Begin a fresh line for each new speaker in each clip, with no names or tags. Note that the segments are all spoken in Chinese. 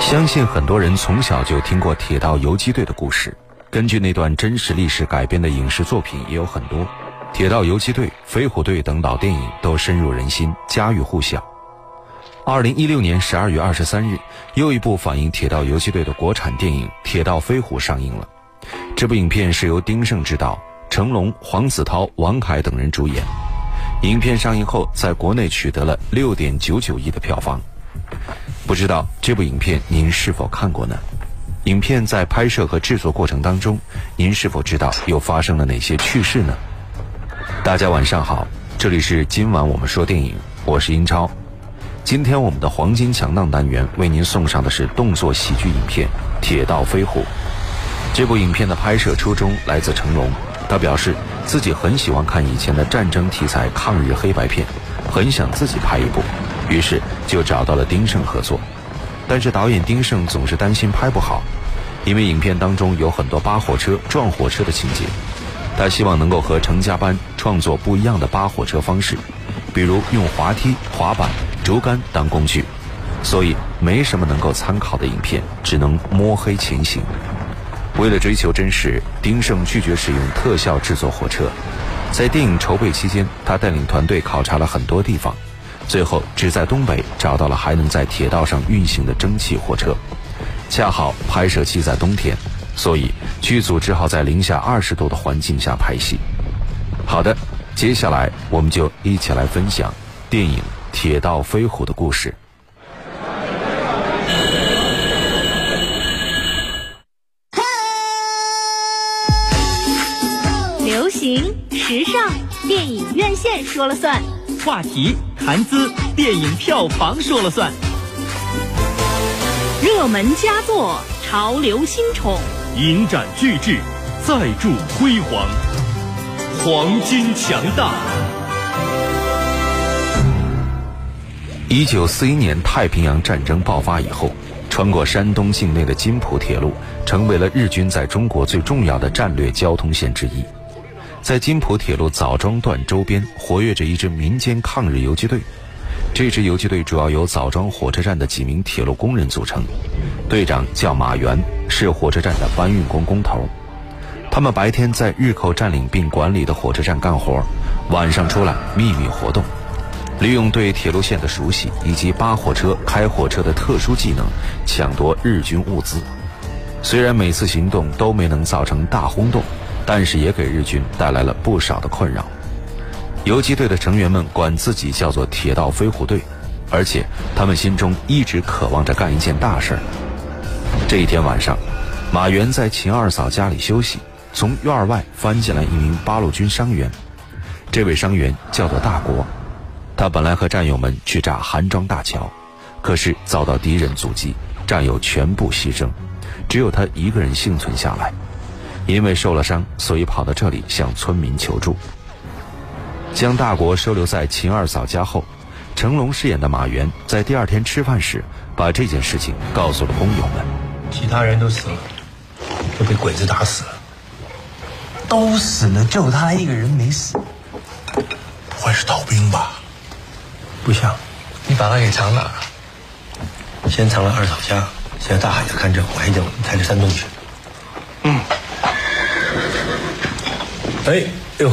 相信很多人从小就听过铁道游击队的故事。根据那段真实历史改编的影视作品也有很多，《铁道游击队》《飞虎队》等老电影都深入人心，家喻户晓。二零一六年十二月二十三日，又一部反映铁道游击队的国产电影《铁道飞虎》上映了。这部影片是由丁晟执导，成龙、黄子韬、王凯等人主演。影片上映后，在国内取得了六点九九亿的票房。不知道这部影片您是否看过呢？影片在拍摄和制作过程当中，您是否知道又发生了哪些趣事呢？大家晚上好，这里是今晚我们说电影，我是英超。今天我们的黄金强档单元为您送上的是动作喜剧影片《铁道飞虎》。这部影片的拍摄初衷来自成龙，他表示自己很喜欢看以前的战争题材抗日黑白片，很想自己拍一部，于是就找到了丁晟合作。但是导演丁晟总是担心拍不好，因为影片当中有很多扒火车、撞火车的情节。他希望能够和成家班创作不一样的扒火车方式，比如用滑梯、滑板、竹竿当工具，所以没什么能够参考的影片，只能摸黑前行。为了追求真实，丁晟拒绝使用特效制作火车。在电影筹备期间，他带领团队考察了很多地方，最后只在东北找到了还能在铁道上运行的蒸汽火车。恰好拍摄期在冬天，所以剧组只好在零下二十度的环境下拍戏。好的，接下来我们就一起来分享电影《铁道飞虎》的故事。
流行、时尚，电影院线说了算。
话题、谈资、电影票房说了算，
热门佳作，潮流新宠，
银展巨制，再铸辉煌，黄金强大。
一九四一年太平洋战争爆发以后，穿过山东境内的津浦铁路成为了日军在中国最重要的战略交通线之一。在津浦铁路枣庄段周边，活跃着一支民间抗日游击队。这支游击队主要由枣庄火车站的几名铁路工人组成，队长叫马元，是火车站的搬运工工头。他们白天在日寇占领并管理的火车站干活，晚上出来秘密活动。利用对铁路线的熟悉以及扒火车、开火车的特殊技能，抢夺日军物资。虽然每次行动都没能造成大轰动，但是也给日军带来了不少的困扰。游击队的成员们管自己叫做“铁道飞虎队”，而且他们心中一直渴望着干一件大事儿。这一天晚上，马原在秦二嫂家里休息，从院儿外翻进来一名八路军伤员。这位伤员叫做大国，他本来和战友们去炸韩庄大桥，可是遭到敌人阻击，战友全部牺牲，只有他一个人幸存下来。因为受了伤，所以跑到这里向村民求助。将大国收留在秦二嫂家后，成龙饰演的马原在第二天吃饭时，把这件事情告诉了工友们。
其他人都死了，都被鬼子打死了。
都死了，就他一个人没死。
不会是逃兵吧？
不像，
你把他给藏哪儿啊？先藏了二嫂家，现在大海在看着，我黑着我们抬着山洞去。嗯。哎，哎呦，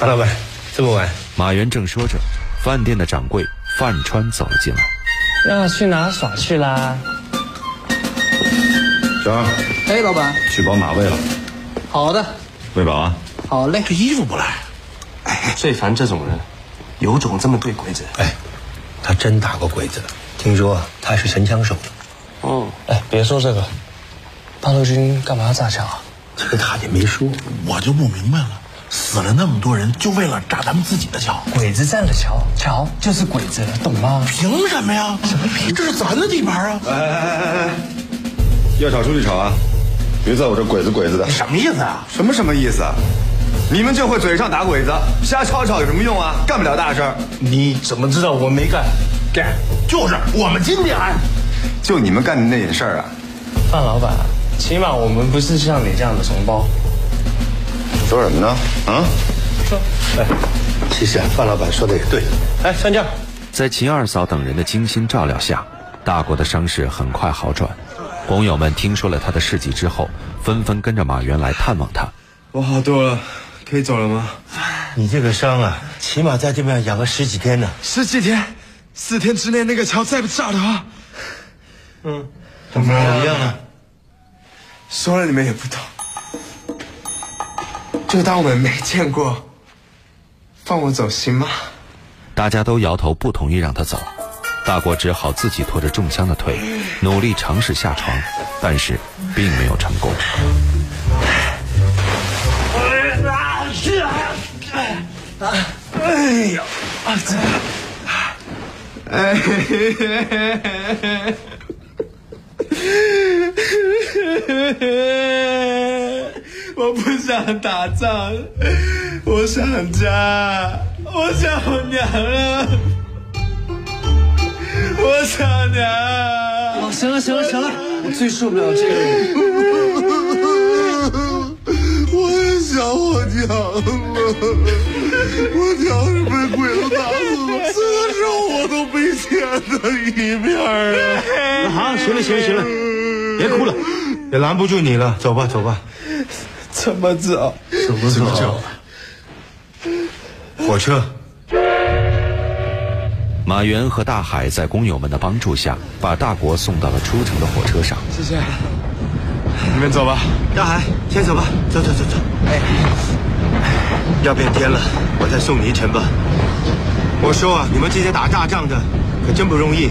马老板，这么晚，
马原正说着，饭店的掌柜范川走了进来。
让他去哪耍去啦？
小二，
哎，老板，
啊去帮马喂了，
好的，
喂饱啊！
好嘞。
这衣服不赖。
最烦这种人，有种这么对鬼子。
哎，他真打过鬼子，听说啊他是神枪手呢。
哦，
哎，别说这个，八路军干嘛要炸桥啊？
这个大姐没说，
我就不明白了，死了那么多人，就为了炸咱们自己的桥，
鬼子占了桥，桥就是鬼子了，懂吗？
凭什么呀？什么凭？这是咱的地盘啊！哎哎哎哎哎，要吵出去吵啊！别在我这鬼子鬼子的，
什么意思啊？
什么什么意思？啊？你们就会嘴上打鬼子，瞎吵吵有什么用啊？干不了大事儿。
你怎么知道我没干？
干，
就是我们今天安。
就你们干的那点事儿啊！
范老板，起码我们不是像你这样的怂包。
说什么呢？啊？
哎，其实啊范老板说的也对。哎，三江，
在秦二嫂等人的精心照料下，大国的伤势很快好转。工友们听说了他的事迹之后，纷纷跟着马原来探望他。
我好多了，可以走了吗？
你这个伤啊，起码在这边养个十几天呢。
十几天，四天之内那个桥再不炸的啊话，
怎么样啊？
说了你们也不懂。就当我们没见过，放我走行吗？
大家都摇头不同意让他走，大国只好自己拖着重伤的腿，努力尝试下床，但是并没有成功。
我不想打仗，我想家，我想我娘啊，我想娘。
行了行了行了，我最受不了这个人。
我也想我娘了，我娘是被鬼子打死的，这个是我都没见的一面啊！
啊，行了行了行了，别哭了，也拦不住你了，走吧走吧，
怎么走？
怎么走？火车，
马原和大海在工友们的帮助下，把大国送到了出城的火车上。
谢谢。你们走吧。
大海，先走吧，走走走走。哎，要变天了，我再送你一程吧。我说啊，你们这些打大仗的，可真不容易。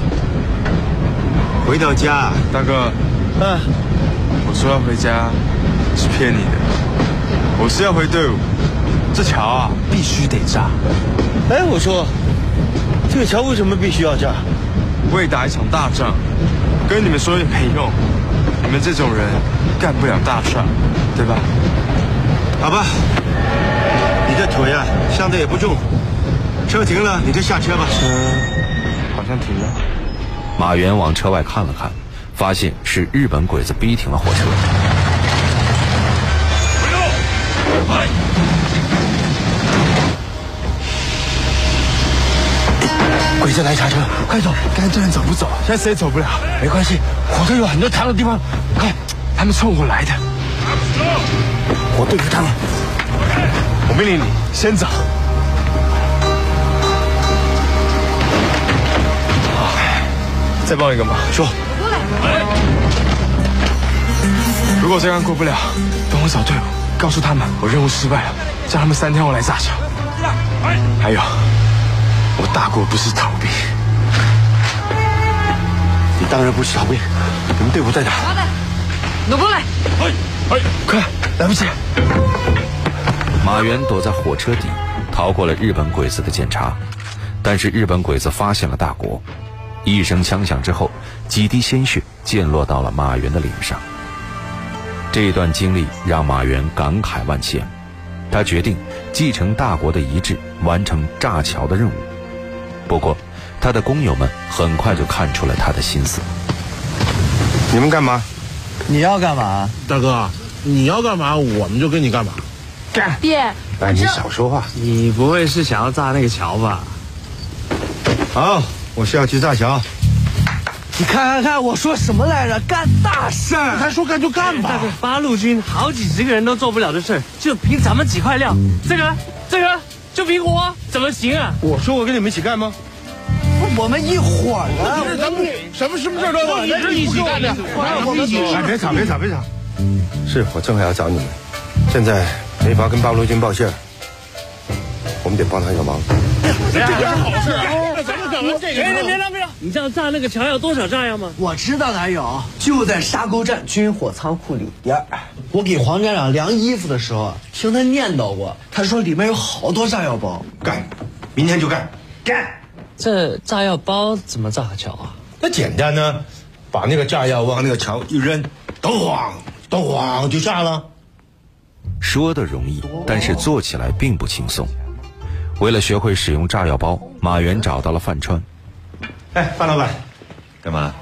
回到家啊，
大哥，嗯，我说要回家，是骗你的。我是要回队伍，这桥啊必须得炸，
哎，我说，这个桥为什么必须要炸？
为打一场大仗，跟你们说也没用，你们这种人干不了大事儿，对吧？
好吧，你的腿啊伤的也不重，车停了你就下车吧。
好像停了，
马原往车外看了看，发现是日本鬼子逼停了火车。
鬼子来查车，快走！
但这人走不走？现在谁也走不了，
没关系，火车有很多藏的地方，
快，他们冲我来的，
我对付他们。
我命令你先走。再帮一个忙，说。如果这关过不了，等我找队伍，告诉他们我任务失败了，叫他们三天后来炸桥。还有，我大国不是逃兵，
你当然不是逃兵，你们队伍在哪？
快，来不及。
马原躲在火车底，逃过了日本鬼子的检查，但是日本鬼子发现了大国。一声枪响之后，几滴鲜血溅落到了马原的脸上。这段经历让马原感慨万千，他决定继承大国的遗志，完成炸桥的任务。不过，他的工友们很快就看出了他的心思。
你们干嘛？
你要干嘛？
大哥，你要干嘛，我们就跟你干嘛。
哎，你少说话。
你不会是想要炸那个桥吧？
好，我是要去炸桥。
你看看看，我说什么来着？干大事儿！
他说干就干吧。
大哥，八路军好几十个人都做不了的事儿，就凭咱们几块料，这个这个就凭我，怎么行啊？
我说我跟你们一起干吗？
我们一伙儿的。
咱们什么什么事儿都我们一起干的，我们一起
哎，别吵，别吵，别吵。是我正好要找你们，现在没法跟八路军报信儿，我们得帮他一个忙。
别别别别！你知道炸那个桥要多少炸药吗？
我知道哪有，就在沙沟站军火仓库里边儿。我给黄站长量衣服的时候，听他念叨过，他说里面有好多炸药包。
干，明天就干。
这炸药包怎么炸桥啊？
那简单呢，把那个炸药往那个桥一扔，咚晃咚晃就炸了。
说的容易，但是做起来并不轻松。为了学会使用炸药包，马原找到了范川。
哎，范老板，
干嘛？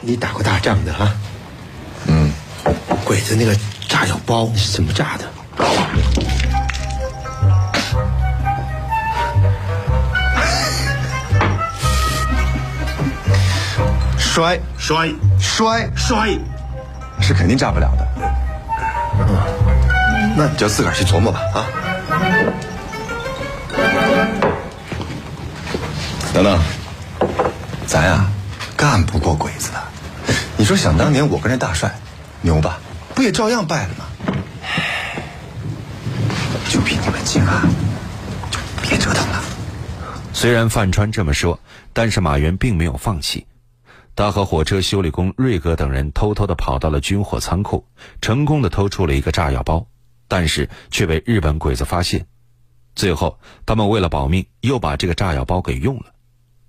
你打过大仗的啊？嗯，鬼子那个炸药包你是怎么炸的？
摔
摔
摔
摔，
是肯定炸不了的。嗯那你就自个儿去琢磨吧啊。等等，咱呀、干不过鬼子的。你说想当年我跟那大帅，牛吧？不也照样败了吗？就凭你们劲啊，就别折腾了。
虽然范川这么说，但是马原并没有放弃。他和火车修理工瑞格等人偷偷的跑到了军火仓库，成功的偷出了一个炸药包，但是却被日本鬼子发现。最后，他们为了保命，又把这个炸药包给用了。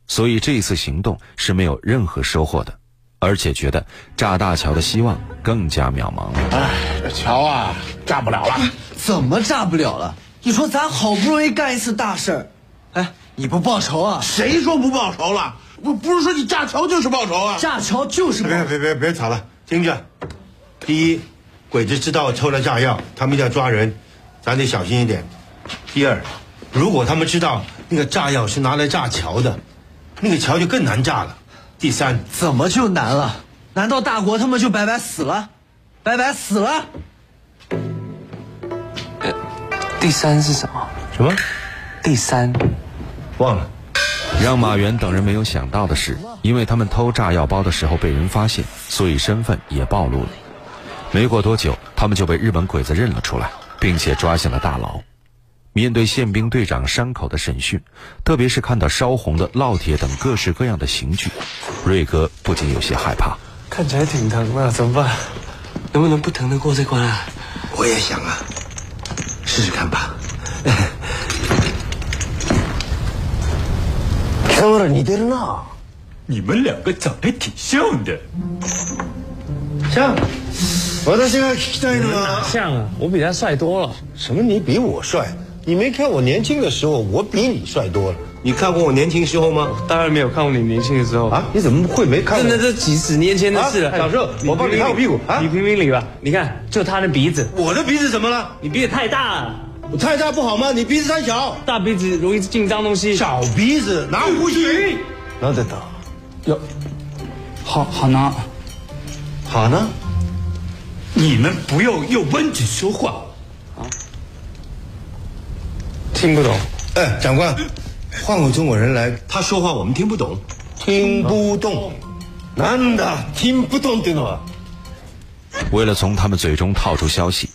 所以这一次行动是没有任何收获的，而且觉得炸大桥的希望更加渺茫了。
这桥啊，炸不了了。怎么炸不了了？你说咱好不容易干一次大事儿，哎，你不报仇啊？
谁说不报仇了？不不是说你炸桥就是报仇啊？
炸桥就是
别别别别吵了，听着。第一，鬼子知道偷了炸药，他们要抓人，咱得小心一点。第二，如果他们知道那个炸药是拿来炸桥的，那个桥就更难炸了。第三，
怎么就难了？难道大国他们就白白死了？白白死了？
第三是什么？
什么？
第三，
忘了。
让马原等人没有想到的是，因为他们偷炸药包的时候被人发现，所以身份也暴露了。没过多久，他们就被日本鬼子认了出来，并且抓进了大牢。面对宪兵队长山口的审讯，特别是看到烧红的烙铁等各式各样的刑具，瑞哥不禁有些害怕。
看起来挺疼的，怎么办？能不能不疼得过这关啊？
我也想啊，试试看吧。
你的那，你们两个长得挺像的。
像，我到现在期待呢。
像啊，我比他帅多了。
什么？你比我帅？你没看我年轻的时候，我比你帅多了。你看过我年轻时候吗？
当然没有看过你年轻的时候
啊！你怎么会没看过？
那那这几十年前的事了。
啊小时候我帮你看我屁股啊
你评评理吧。你看，就他的鼻子，
我的鼻子怎么了？
你鼻子太大了，
我太大不好吗？你鼻子太小，
大鼻子容易进脏东西。
小鼻子拿呼吸，拿得到。
よは花
好呢，
你们不要用弯子说话。
听不懂。
哎，长官，换个中国人来，他说话我们听不懂，听不懂。なんだ听不懂ってのは。
为了从他们嘴中套出消息，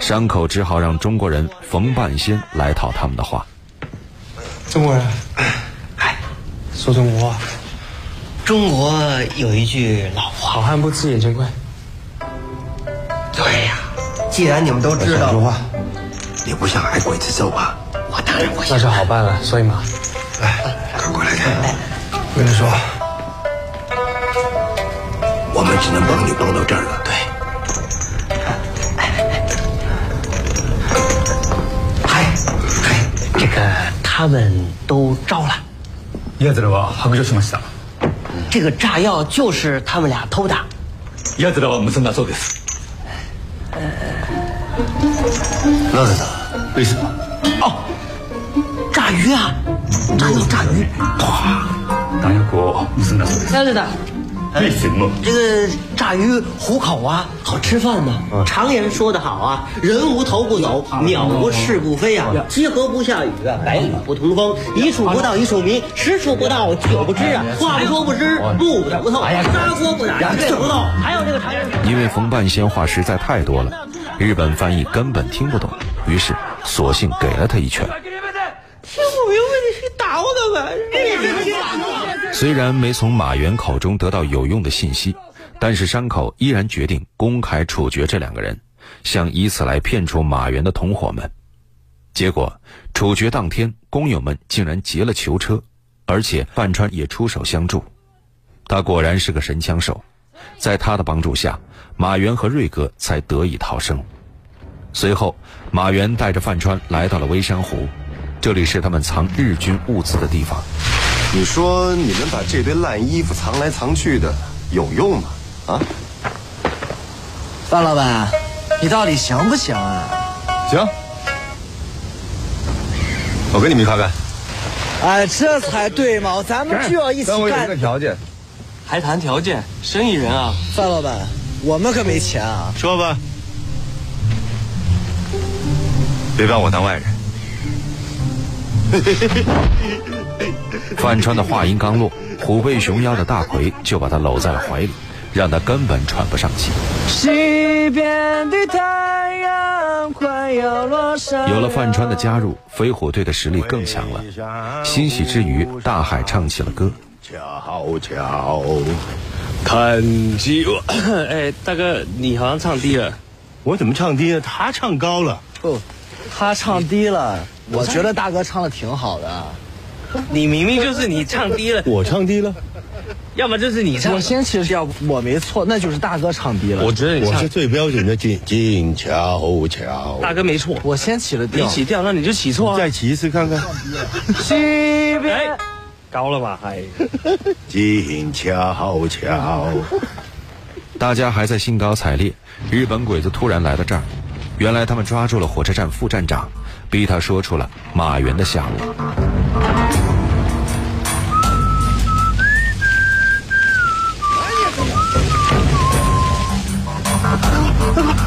山口只好让中国人冯半仙来套他们的话。
中国人，说中国话。
中国有一句老话，
好汉不吃眼前亏。
对呀、既然你们都知道，
话，
你不想挨鬼子揍吧？
我当然不
那就好办了，所以嘛，
快过来看，
我跟你说，
我们只能帮你帮到这儿了。对，
这个他们都招了，
やつらは白状しました
这个炸药就是他们俩偷的。
やつらは結んだそうです
那得到。
为什么
炸鱼啊，炸药炸鱼，
弾薬を結んだそうです
那是的。
为什么
这个炸鱼糊口啊，好吃饭呢、常言说得好啊，人无头不走，鸟无翅不飞啊。鸡禾不下雨啊，白马不同风。一处不到一处迷，十处不到九不知啊。话不说不知，路不走不透，撒泼不打月不透。还有这个常言说。
因为冯半仙话实在太多了，日本翻译根本听不懂，于是索性给了他一拳。
听不明白，你去打我他们！
虽然没从马原口中得到有用的信息，但是山口依然决定公开处决这两个人，想以此来骗出马原的同伙们。结果，处决当天，工友们竟然劫了囚车，而且范川也出手相助。他果然是个神枪手，在他的帮助下，马原和瑞哥才得以逃生。随后，马原带着范川来到了微山湖，这里是他们藏日军物资的地方。
你说你们把这堆烂衣服藏来藏去的，有用吗？啊？
范老板，你到底行不行啊？
行，我跟你们一块干。
哎，这才对嘛，咱们就要一起
但我有一
干
个条件，
还谈条件？生意人啊！
范老板，我们可没钱啊！
说吧，
别把我当外人。
范川的话音刚落，虎背熊腰的大奎就把他搂在了怀里，让他根本喘不上气。
西边的太阳快要落山。
有了范川的加入，飞虎队的实力更强了。欣喜之余，大海唱起了歌。
悄悄看
鸡， 哎，大哥，你好像唱低了。
我怎么唱低了？他唱高了。
不，
哦
他唱低了。我觉得大哥唱的挺好的。
你明明就是你唱低了。
我唱低了。
要么就是你唱。
我先起调，我没错，那就是大哥唱低了。
我觉得你
我是最标准的静静悄悄。
大哥没错，
我先起了调。
你起调，那你就起错啊。
再起一次看看。
西边。
高了吧？哎还
静悄悄。
大家还在兴高采烈，日本鬼子突然来到这儿。原来他们抓住了火车站副站长，逼他说出了马原的下落。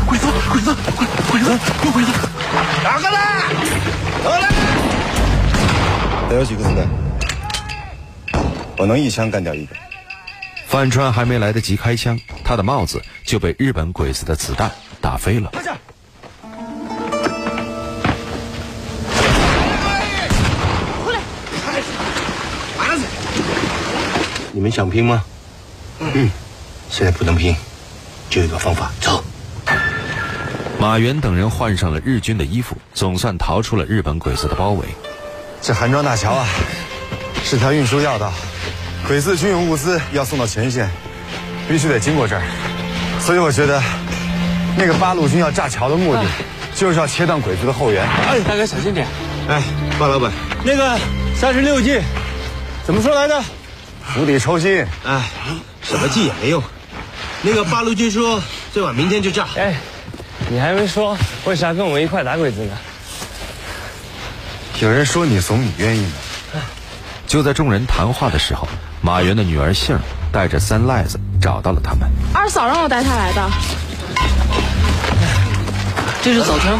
鬼子，鬼子，鬼鬼子，有鬼子！哪个来？哪来？
还有几个子弹？我能一枪干掉一个。
范川还没来得及开枪，他的帽子就被日本鬼子的子弹打飞了。
你们想拼吗？
嗯，现在不能拼，就有一个方法，走。
马原等人换上了日军的衣服，总算逃出了日本鬼子的包围。
这韩庄大桥啊，是条运输要道，鬼子军用物资要送到前线，必须得经过这儿。所以我觉得，那个八路军要炸桥的目
啊
的，就是要切断鬼子的后援。
哎，大哥小心点。
哎，范老板，
那个三十六计，怎么说来着？
釜底抽薪。
哎，什么计也没用。那个八路军说最晚明天就炸。
哎，你还没说为啥跟我们一块打鬼子呢？
有人说你怂，你愿意吗？
就在众人谈话的时候，马原的女儿杏儿带着三赖子找到了他们。
二嫂让我带她来的。
这是早枪，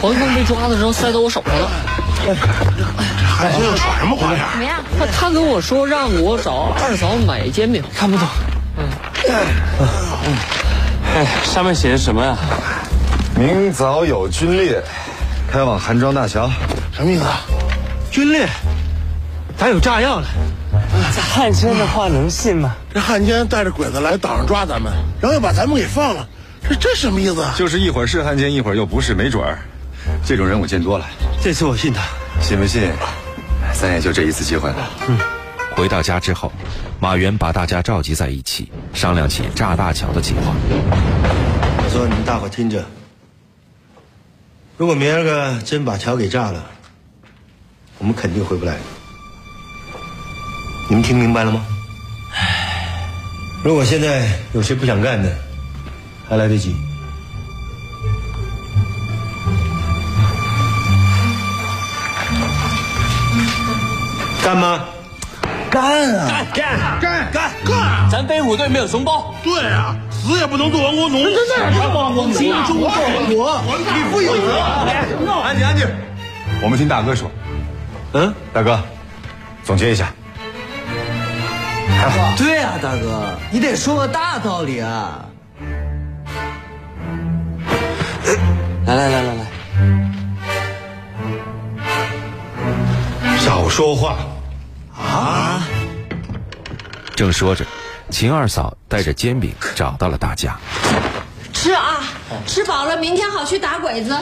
黄蜂被抓的时候塞到我手上了。
哎还是要耍什么花样？
怎么样？他他跟我说让我找二嫂买煎饼，
看不懂。嗯。哎，上面写的什么呀、啊？
明早有军列，开往韩庄大桥。
什么意思？
军列？咱有炸药了。这汉奸的话能信吗？
这汉奸带着鬼子来岛上抓咱们，然后又把咱们给放了，这这什么意思？啊
就是一会儿是汉奸，一会儿又不是，没准儿。这种人我见多了，
这次我信他。
信不信？咱也就这一次机会了。嗯。
回到家之后，马原把大家召集在一起，商量起炸大桥的计划。
我说：“你们大伙听着，如果明儿个真把桥给炸了，我们肯定回不来。你们听明白了吗？如果现在有谁不想干的，还来得及。干吗？”
干啊！
干
干干干！
咱飞虎队没有怂包。
对啊，死也不能做亡国奴。
真的，他亡国奴，中华民国，
你不有责。
安静安静，我们听大哥说。
嗯，
大哥，总结一下。
对啊，大哥，你得说个大道理啊！
来来来来
来，少说话。啊！
正说着，秦二嫂带着煎饼找到了大家。
吃啊，吃饱了，明天好去打鬼子。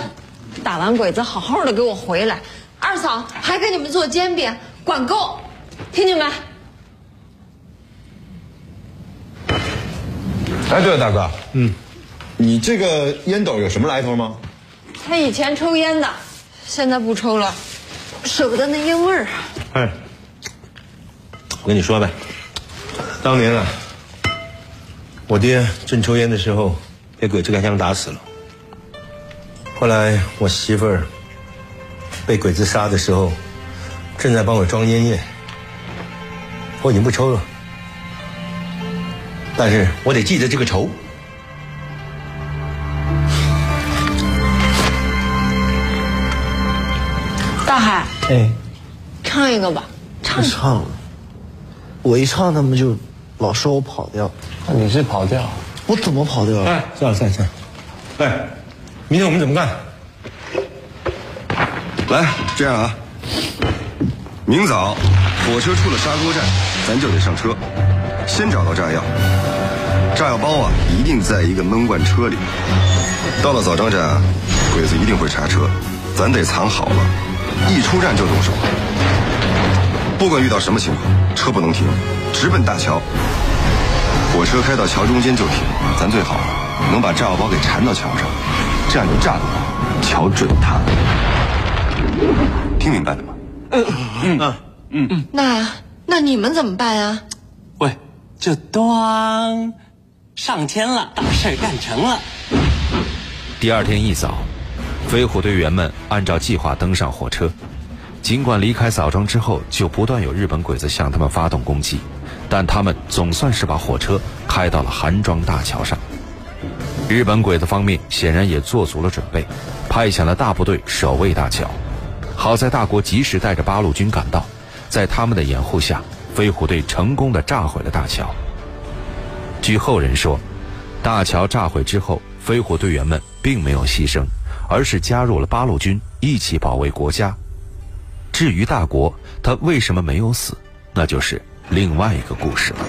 打完鬼子，好好的给我回来。二嫂还给你们做煎饼，管够，听见没？
哎，对了，大哥，
嗯，
你这个烟斗有什么来头吗？
他以前抽烟的，现在不抽了，舍不得那烟味儿。
哎。我跟你说呗，当年啊，我爹正抽烟的时候被鬼子开枪打死了。后来我媳妇儿被鬼子杀的时候，正在帮我装烟叶。我已经不抽了，
但是我得记得这个仇。
大海，
哎，
唱一个吧，唱
不
一个。
唱了，我一唱他们就老说我跑调。你是跑调？我怎么跑调啊了？
哎，算了算了算了，哎，明天我们怎么干？
来，这样啊，明早火车出了沙沟站，咱就得上车，先找到炸药。炸药包啊，一定在一个闷罐车里。到了枣庄站啊，鬼子一定会查车，咱得藏好了，一出站就动手。不管遇到什么情况，车不能停，直奔大桥。火车开到桥中间就停，咱最好啊能把炸药包给缠到桥上，这样就炸得了，桥准塌。听明白了吗？
嗯嗯嗯，
那那你们怎么办啊呀、
喂，这咣上天了，大事儿干成了。
第二天一早，飞虎队员们按照计划登上火车。尽管离开枣庄之后，就不断有日本鬼子向他们发动攻击，但他们总算是把火车开到了韩庄大桥上。日本鬼子方面显然也做足了准备，派遣了大部队守卫大桥。好在大国及时带着八路军赶到，在他们的掩护下，飞虎队成功的炸毁了大桥。据后人说，大桥炸毁之后，飞虎队员们并没有牺牲，而是加入了八路军，一起保卫国家。至于大国，他为什么没有死，那就是另外一个故事了。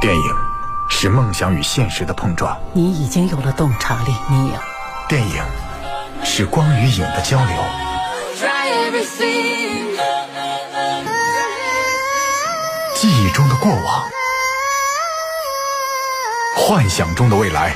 电影是梦想与现实的碰撞，
你已经有了洞察力，你有。
电影是光与影的交流，记忆中的过往，幻想中的未来。